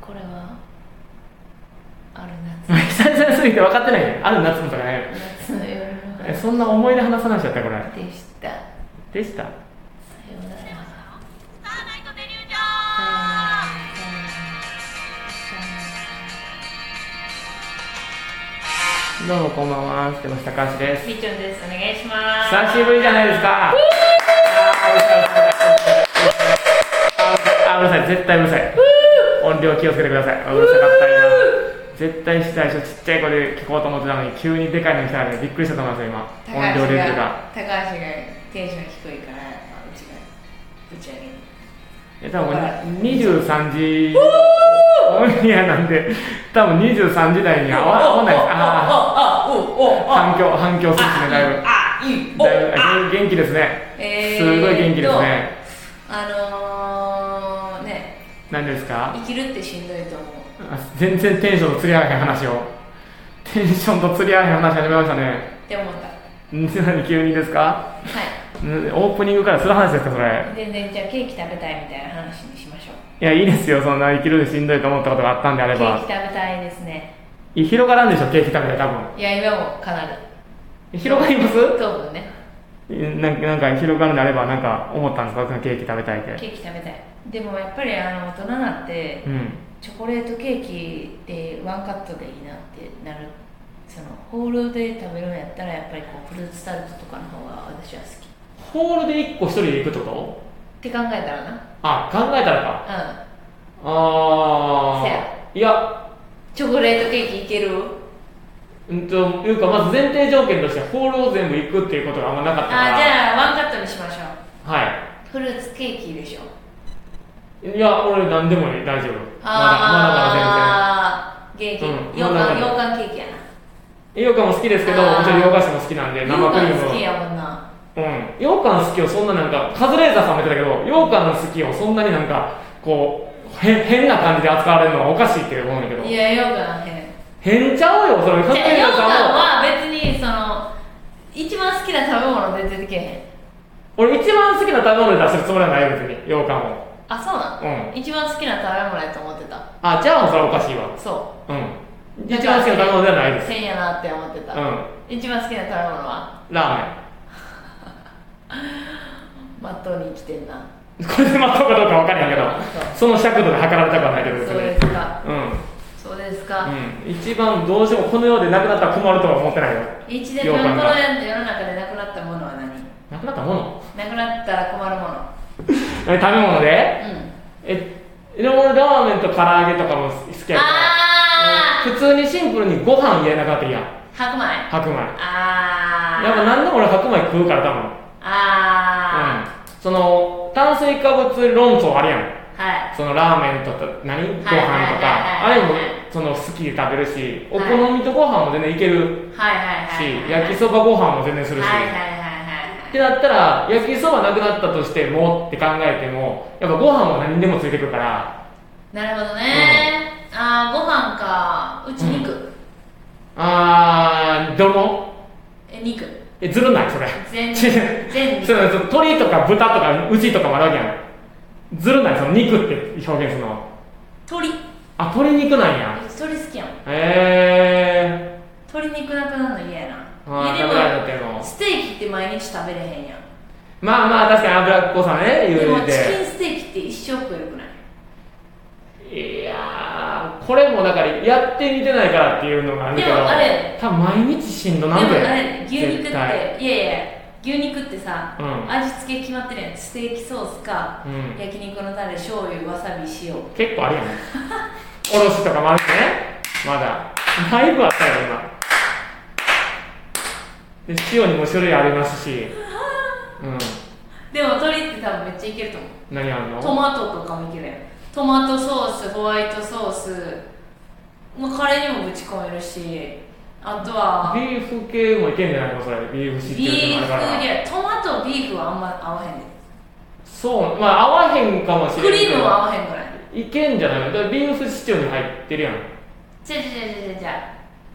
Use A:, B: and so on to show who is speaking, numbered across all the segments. A: これはある
B: 久々すぎて分かってないねある夏のとかね
A: 夏夏の夜の
B: えそんな思い出話さなしちゃったこれ
A: 話でしたさよ
B: でした
A: うならさ
C: ス
A: よ
C: ターナイトデリュージョ
A: うな
C: ン
A: らさようならさようなら
B: どうもこんばんはしてましたかしです
A: みーちょんです。お願いします。
B: 久しぶりじゃないですかあーうるさいうるさいうるさいあーうるさい絶対うるさい音量気をつけてくださいうるさかった今絶対最初ちっちゃい声で聞こうと思ってたのに急にでかいの来たのでびっくりしたと思いますよ今音量レベルが
A: 高橋がテンション低いから、まあうちがぶち上げる。
B: え多分23時 オンエアなんで多分23時台に合わ合わないですあ
A: ああおお
B: あ反響反響するしねだいぶ
A: あいいお
B: だいぶあ元気ですね
A: えー
B: すごい元気ですね
A: あのー、ね
B: 何ですか
A: 生きるってしんどいと思う。
B: あ全然テンションと釣り合わへん話をテンションと釣り合わへん話始めましたね
A: って思った。は
B: ん何急にですか
A: い。
B: んオープニングからする話ですかそれ
A: 全然じゃあケーキ食べたいみたいな話にしましょう。
B: いやいいですよそんな生きるでしんどいと思ったことがあったんであれ
A: ケーキ
B: ば
A: 食べたいですね。
B: い広がらんでしょケーキ食べたら多分
A: いや今もかなる。
B: 広がります
A: 糖分ね。
B: なんかなんか広がるんであればなんか思ったんですかそのケーキ食べたいって
A: ケーキ食べたい。でもやっぱりあの大人になって
B: う。ん
A: チョコレートケーキでワンカットでいいなってなるそのホールで食べるんやったらやっぱりこうフルーツタルトとかの方が私は好きっ
B: ホールで1個1人で行くってこと
A: て考えたらな
B: あ考えたら
A: う
B: かあ
A: せ
B: あいや
A: んチョコレートケーキいける
B: うんというかまず前提条件としてホールを全部行くっていうことがあんまなかった
A: あ
B: から
A: じゃあワンカットにしましょ
B: は
A: うフルーツケーキでしょ
B: い。いや、俺何でもいい、大丈夫。まだ、まだまだ
A: ああケーキ
B: うん
A: 洋
B: まだ
A: 館
B: まだ
A: 洋館ケーキやな
B: 全然。ようかんも好きですけど、
A: あー
B: もちろん洋菓子も好きなんで、
A: 洋
B: 生クリー
A: 館
B: ム
A: 好き
B: も。
A: やもんな
B: うん。ようかん好きをそんななんか、カズレーザーさんも言ってたけど、ようかんの好きをそんなになんか、こう、へ変な感じで扱われるのはおかしいって思うんだけど
A: い。や洋館へん
B: 変ちゃうよ、それ。カズ
A: じゃあ
B: レー
A: 洋
B: ザ
A: 館
B: ーさんも。
A: は別にその一番好きな食べ物で出てけへん
B: 俺一番好きな食べ物で出してるつもりはない、別に。ようかんを。
A: あそうな
B: うん
A: の、一番好きな食べ物やと思ってた
B: あ、じゃあもうそれはおかしいわ。
A: そ
B: うん。
A: だ
B: 一
A: から
B: 番好きな食べ物ではないで
A: う
B: す。
A: せんやなって思ってた、
B: うん。
A: 一番好きな食べ物は
B: ラーメン。
A: まっとうに生きてんな
B: これでまとうかどうか分からへんけどその尺度で測られたくはないけ
A: そ
B: ど
A: う
B: 別
A: で
B: に
A: すかそうですか、
B: うん、うん、一番どうしてもこの世でなくなったら困るとは思ってないよ
A: 一で
B: よ
A: こ
B: う
A: の
B: 考え
A: 世の中でなくなったものは何
B: なくなったもの
A: なくなったら困るもの
B: え食べ物で
A: うん
B: えでも俺ラーメンと唐揚げとかも好きやから
A: あー
B: 普通にシンプルにご飯入れなかったらいいやん
A: 白米
B: 白米やっ
A: あー
B: ぱ何でも俺白米食うから多分うん
A: あ
B: その炭水化物論争あるやん
A: ー、はい
B: そのラーメンとか何ご飯とかあ
A: は
B: れ
A: いはいはいはい
B: もその好きで食べるしお
A: はい
B: 好みとご飯も全然いける
A: はいはいはい
B: し
A: はい
B: 焼きそばご飯も全然するし、
A: はいはいはい
B: っ
A: はい
B: てなったら焼きそばなくなったとしてもって考えてもやっぱご飯は何にでもついてくるから
A: なるほどね、ああご飯かうち肉、
B: あーどれも
A: え肉
B: えずるないそれ
A: 全
B: ち
A: 全
B: それその鶏とか豚とか牛とかもあるわけやんずるないその肉って表現するの
A: 鳥
B: あ鶏肉なんや
A: 鳥好きやもん
B: へえ
A: 鶏肉なくなるの嫌や
B: ー、あ
A: な
B: ー
A: いや
B: 食べられ
A: で
B: たって
A: も
B: も
A: ステーキって毎日食べれへんやん
B: まあまあ確かに脂っこさね
A: で
B: 言
A: もチキ
B: うて
A: ンステーキって一生食えるくない
B: いやーこれもだからやってみてないからっていうのがあるけど
A: でもあれ
B: 多分毎日しんど
A: で
B: なん
A: も
B: で
A: あれ牛肉ってい
B: 絶
A: や
B: 対
A: いや牛肉ってさ、
B: うん
A: 味付け決まってるやんステーキソースか、
B: うん
A: 焼肉のタレ醤油わさび塩
B: 結構あるやん おろしとかもあるしねまだだいぶあったよ今で塩にも種類ありま すしうん
A: でも鶏って多分めっちゃいけると思う
B: 何あるの
A: トマトとかもいけるやんトマトソースホワイトソースもうカレーにもぶち込めるしあとは
B: ビーフ系もいけんじゃないのそれビーフシチューってい
A: ビ
B: う
A: ー
B: の
A: フ
B: もあるから
A: いやトマトビーフはあんま合わへんで
B: そうまあ合わへんかもしれ
A: ク
B: ない
A: リ
B: け
A: ーム
B: ど
A: は合わへんぐらい
B: いけんじゃないのだからビーフシチューに入ってるやん
A: じゃじゃじゃじゃじゃ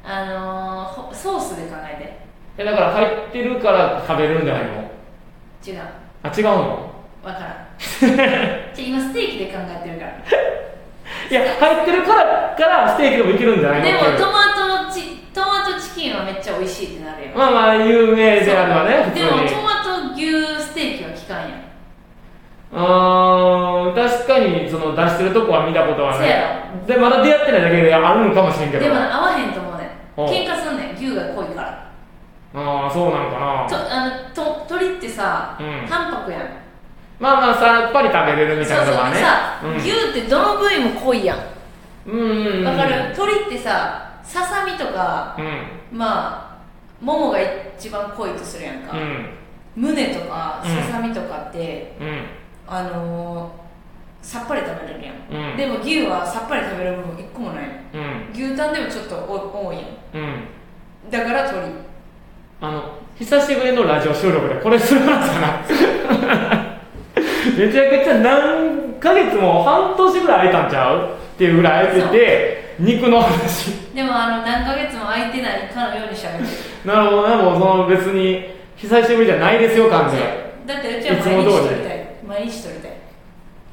A: あのーほ、ソースで考え
B: えだから入ってるから食べるんじゃないの
A: て違う
B: あ違うの
A: わからんじゃあ今ステーキで考えてるから
B: いや入ってるからからステーキでもいけるんじゃないの
A: でも
B: っていう
A: トマトチトマトチキンはめっちゃ美味しいってなるよ
B: まあまあ有名であるわね普通
A: でもト
B: に
A: マト牛ステーキは効かんやん
B: うーん確かにその出してるとこは見たことは
A: せや
B: ないでまだ出会ってないだけであるのかもしれんけど
A: でも合わへんと思うねん
B: おう
A: 喧嘩すんねん牛が濃いから
B: ああそうなのかな
A: とあのと鶏ってさ、
B: うん
A: 淡白やん
B: まあまあさっぱり食べれるみ
A: そ
B: たい
A: そ
B: うな
A: う
B: とこは
A: で
B: ね
A: さ、
B: うん
A: 牛ってどの部位も濃いやんわ
B: うんうんうん
A: かる、鶏ってさささみとか
B: うん
A: まあももが一番濃いとするやんか、
B: うん
A: 胸とか
B: うん
A: ささみとかって、
B: うん
A: あのーさっぱり食べれるやん、
B: うん
A: でも牛はさっぱり食べる部分一個もないの
B: うん
A: 牛タンでもちょっと多いやん
B: うん
A: だから鶏
B: あの久しぶりのラジオ収録でこれするんかなめちゃくちゃ何ヶ月も半年ぐらい空いたんちゃうっていうぐらい空いてて肉の話
A: でもあの何ヶ月も空いてないかのようにしゃべる
B: なるほどねもうその別に久しぶりじゃないですよ感じ
A: だってうちはい
B: つ
A: 毎日
B: も通り
A: 撮りたい毎日撮りたい、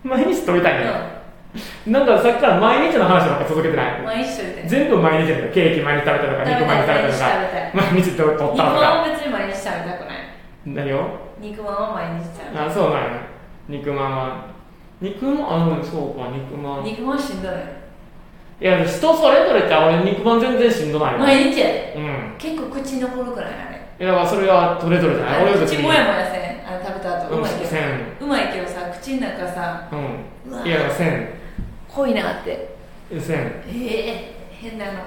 B: 毎日撮りたいね
A: う
B: なんかさっきから毎日の話なんか続けてない
A: ん、毎日撮りたい
B: 全部毎日やねケーキ毎日食べたとか肉毎日食べたとか毎日撮ったと
A: 肉ま
B: か
A: んは別に毎日食べたくない
B: 何を
A: 肉まんは毎日食べた
B: あそうなんや肉まんは肉まんあうんそうか肉まん
A: い肉まんしんどい
B: いや人それぞれって俺肉まん全然しんどないわうんい
A: 毎日やで
B: や
A: 結構口に残るくらいあれ
B: だからそれはそれぞれじゃない俺
A: あ
B: は
A: れ
B: 別
A: 口
B: に
A: もやもやせんあれ食べた後う
B: うん
A: まいけど
B: せん
A: うまいけどさ口の中さう
B: う
A: わ
B: んいやせん
A: 濃いなって
B: せん、
A: ええ変なの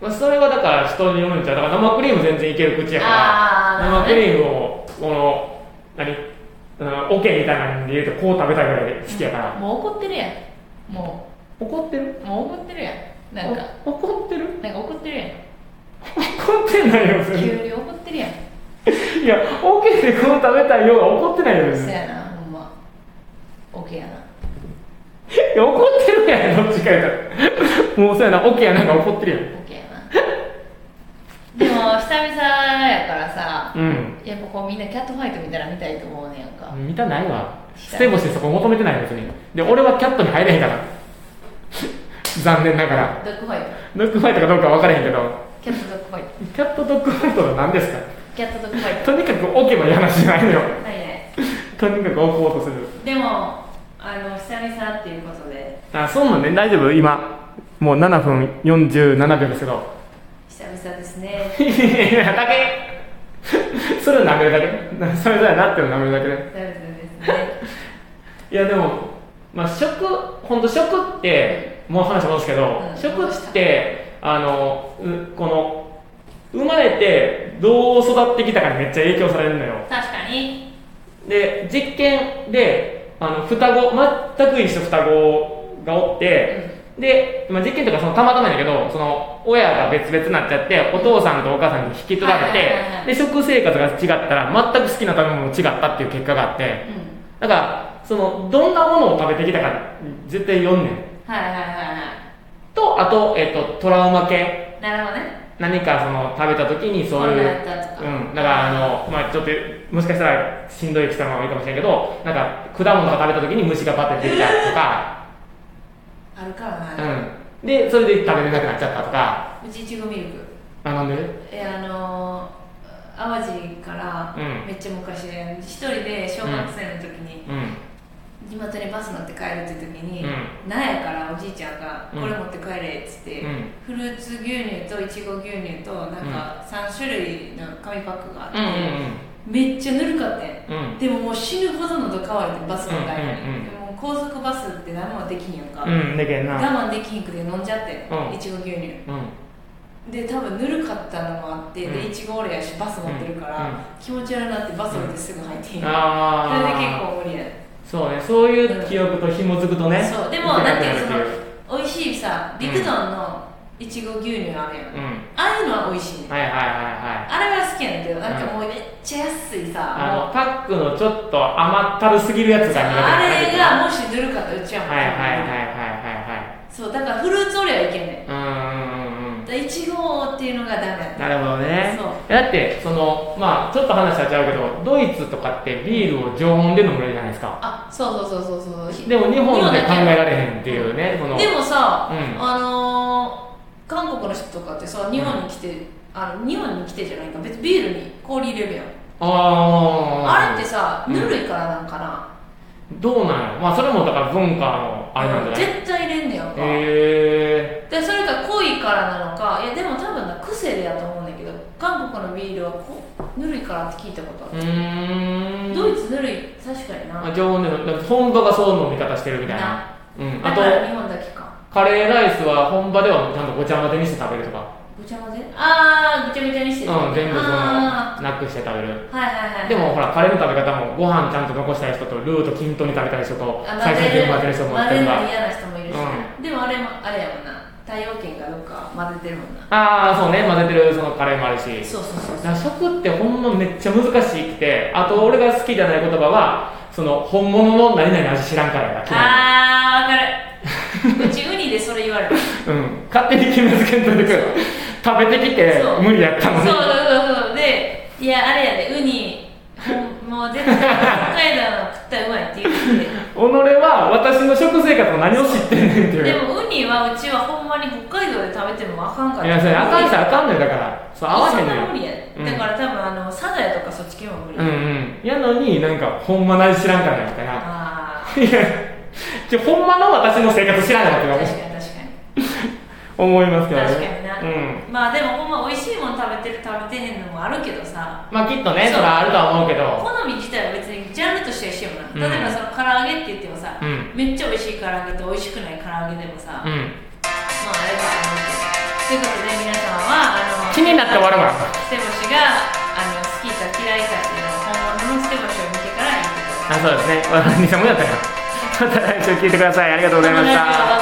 B: まあ、それはだから人によるんちゃうだから生クリーム全然いける口やか
A: あ
B: ら
A: ーなるほ
B: 生ク
A: どね
B: リームをこの何うんオケみたいなのに入れてこう食べたいぐらい好きやから、
A: もう怒ってるやんも
B: 怒ってる
A: うもう怒ってるやんなんか
B: お怒ってる
A: なんか怒ってるやん
B: 怒ってないよ別に
A: 急に怒ってるやん
B: いやオケでこう食べたいよが怒ってないよ別
A: そ
B: に
A: やなほんま OK やない
B: や怒ってるやんどっちか言うたらもうそうやなオケやなんか怒ってるやん
A: OK やなでも久々やからさ
B: うん
A: やっぱこうみんなキャットファイトみたいなの見たいと思うねやんか、
B: 見たないわ捨て星そこ求めてない別にで俺はキャットに入れへんから 残念ながら
A: ドッグファイト
B: ドッグファイトかどうか分からへんけど
A: キャットドッグファイト
B: キャットドッグファイトは何ですか
A: キャットドッグファイト
B: とにかくオケはいい話じゃないのよ
A: ないね
B: とにかく置こうとする
A: でもあの久々っていうことで
B: あそうなんね大丈夫今もう7分47秒ですけど
A: 久々ですね
B: い やいやだ けそれを舐めるだけなそれだよなっていうのを舐めるだけで
A: 久々ですね
B: いやでも、まあ、食本当食ってもう話しますけど、
A: うん
B: 食ってあのうこの生まれてどう育ってきたかにめっちゃ影響されるのよ
A: 確かに
B: で実験であの双子全く一緒双子がおって、で、まあ、実験というかそのたまたまやけどその親が別々になっちゃってお父さんとお母さんに引き取られ
A: はいはいはいはい
B: てで食生活が違ったら全く好きな食べ物も違ったっていう結果があって、
A: うん、うん、
B: だからそのどんなものを食べてきたか絶対読んねん
A: はいはいはい
B: とあと,、えっとトラウマ系
A: はいなるほどね
B: 何かその食べた時にそうい
A: こんな
B: う
A: やったとか
B: うん、だからあの、まあ、ちょっともしかしたらしんどい人もいるかもしれんけどなんか果物とか食べた時に虫がバッて出てきたとか、
A: あるからな、
B: うん、でそれで食べれなくなっちゃったとか
A: うちいちごミルク
B: あなんでう
A: えあの淡路から
B: うん
A: めっちゃ昔ね一人で小学生の時に
B: ん
A: 地元にバス乗って帰るって時に、
B: う
A: 苗からおじいちゃんが「
B: うん
A: これ持って帰れ」っつって、
B: うん
A: フルーツ牛乳といちご牛乳となんか3種類の紙パックがあって、
B: うんうん
A: めっちゃぬるかったん
B: うんうん
A: でももう死ぬほどのどかわれてバスの帰り
B: うんうんう
A: に、
B: ん
A: でも高速バスって何もできひんやんか、
B: うんでけんな
A: 我慢できひんくて飲んじゃって、
B: うん
A: いちご牛乳
B: うん
A: で多分ぬるかったのもあって、
B: うん
A: でいちご俺やしバス乗ってるから、
B: うんうん
A: 気持ち悪いなってバス乗ってすぐ入っていい、それで結
B: ああ
A: 構無理やね
B: そうねそういう記憶と紐づくとね、
A: そうでもなんていう
B: 受
A: そ
B: けなくなるっていう
A: の美味しいさ
B: うん
A: ビクドンのいちご牛乳あるやん、あ
B: う
A: あいうのは美味しいね
B: ん、はいはいはいはい
A: あれは好きやねんけどなんかもうめっちゃ安い
B: あ
A: さ、
B: のパックのちょっと甘ったるすぎるやつ
A: もう
B: が苦手
A: あれ
B: は
A: がもしぬるかったらうち
B: い
A: はもう、
B: はいはいはいはいはい
A: そうだからフルーツオレはいけんねん
B: うんうんうんう
A: だ
B: ん
A: からい1号っていうのがダメだった
B: なるほどね
A: そう
B: だってそのまあちょっと話は違うけどドイツとかってビールを常温で飲めるじゃないですか
A: あそうそうそうそうそう
B: でも日本で考えられへんっていうねその
A: でもさ、
B: うん
A: あのー韓国の人とかってさ日本に来て、あの日本に来てじゃないか別にビールに氷入れるやん、
B: あ
A: あれってさ
B: うん
A: ぬるいからなんかな、
B: どうなんやろまあそれもだから文化のあれなんじゃない
A: 絶対入れんねやんか、
B: へえ
A: でそれが濃いからなのかいやでも多分な癖でやと思うんだけど韓国のビールはこぬるいからって聞いたことあ
B: う
A: る、
B: ーん
A: ドイツぬるい確かにな
B: あ常温で飲む本場がそうの飲み方してるみたいな
A: な
B: うん
A: だ
B: あ
A: か
B: と
A: ら日本だけか
B: カレーライスは本場ではちゃんとごちゃ混ぜにして食べるとか
A: ぐちゃ混ぜああぐちゃぐちゃにしてる
B: うん全部その
A: あ
B: なくして食べる
A: ーはいはいはい
B: でもほらカレーの食べ方もご飯ちゃんと残したい人とルーと均等に食べたい人と
A: あ
B: 最初に全部混ぜる人も
A: 混ぜ
B: いる
A: るの
B: から
A: 嫌な人もいるし、ねでもあれもあれやもんな太陽圏かどうか混ぜてるもんな
B: ああそうね混ぜてるそのカレーもあるし
A: そうそうそう
B: だから食ってほんまめっちゃ難しくてあと俺が好きじゃない言葉はその本物の何々の味知らんからや
A: あ
B: な
A: ーわかるうちウニでそれ言 われる
B: うん勝手に決めつけんといてくる食べてきて
A: そう
B: 無理やった
A: そう
B: のに
A: そうそうそうでいやあれやでウニもうもう絶対北海道の食ったらうまいって言う
B: 己は私の食生活の何を知ってんねんって
A: て
B: い
A: で
B: う
A: もウニはうちはほんまに北海道で食べてもあかんかった
B: いやそれあかんさあかんのよだからそう合わへんの
A: そんな
B: よ
A: 無理や、
B: うん
A: だから多分あの佐賀やとかそっち系も無理、
B: うんうんやのになんかほんま何知らんからやみたいな
A: ああ
B: いや、ちょほんまの私の生活知らない
A: 確
B: な
A: か
B: っ
A: に
B: て
A: 確かに
B: 思いますけど
A: 確か
B: ね
A: に。な、
B: うん。
A: まあでもほんま美味しいもん食べてる食べてへんのもあるけどさ
B: まあきっとね、
A: そう
B: それはあるとは思うけど、
A: 好み自体は別にジャンルとしては一緒やもんな、
B: うん
A: 例えばその唐揚げって言ってもさ、
B: うん
A: めっちゃ美味しい唐揚げと美味しくない唐揚げでもさ、まああれか
B: うん。
A: と思うけどということで皆さんはあの
B: 気になって終わるわ。
A: ステボシがあの好きか嫌いかっていうのを本物のステボシを見てから言ってください
B: あ、そうですね。私もやったよ。また来週聞いてください。ありがとうございまし
A: どう
B: た
A: ぞ。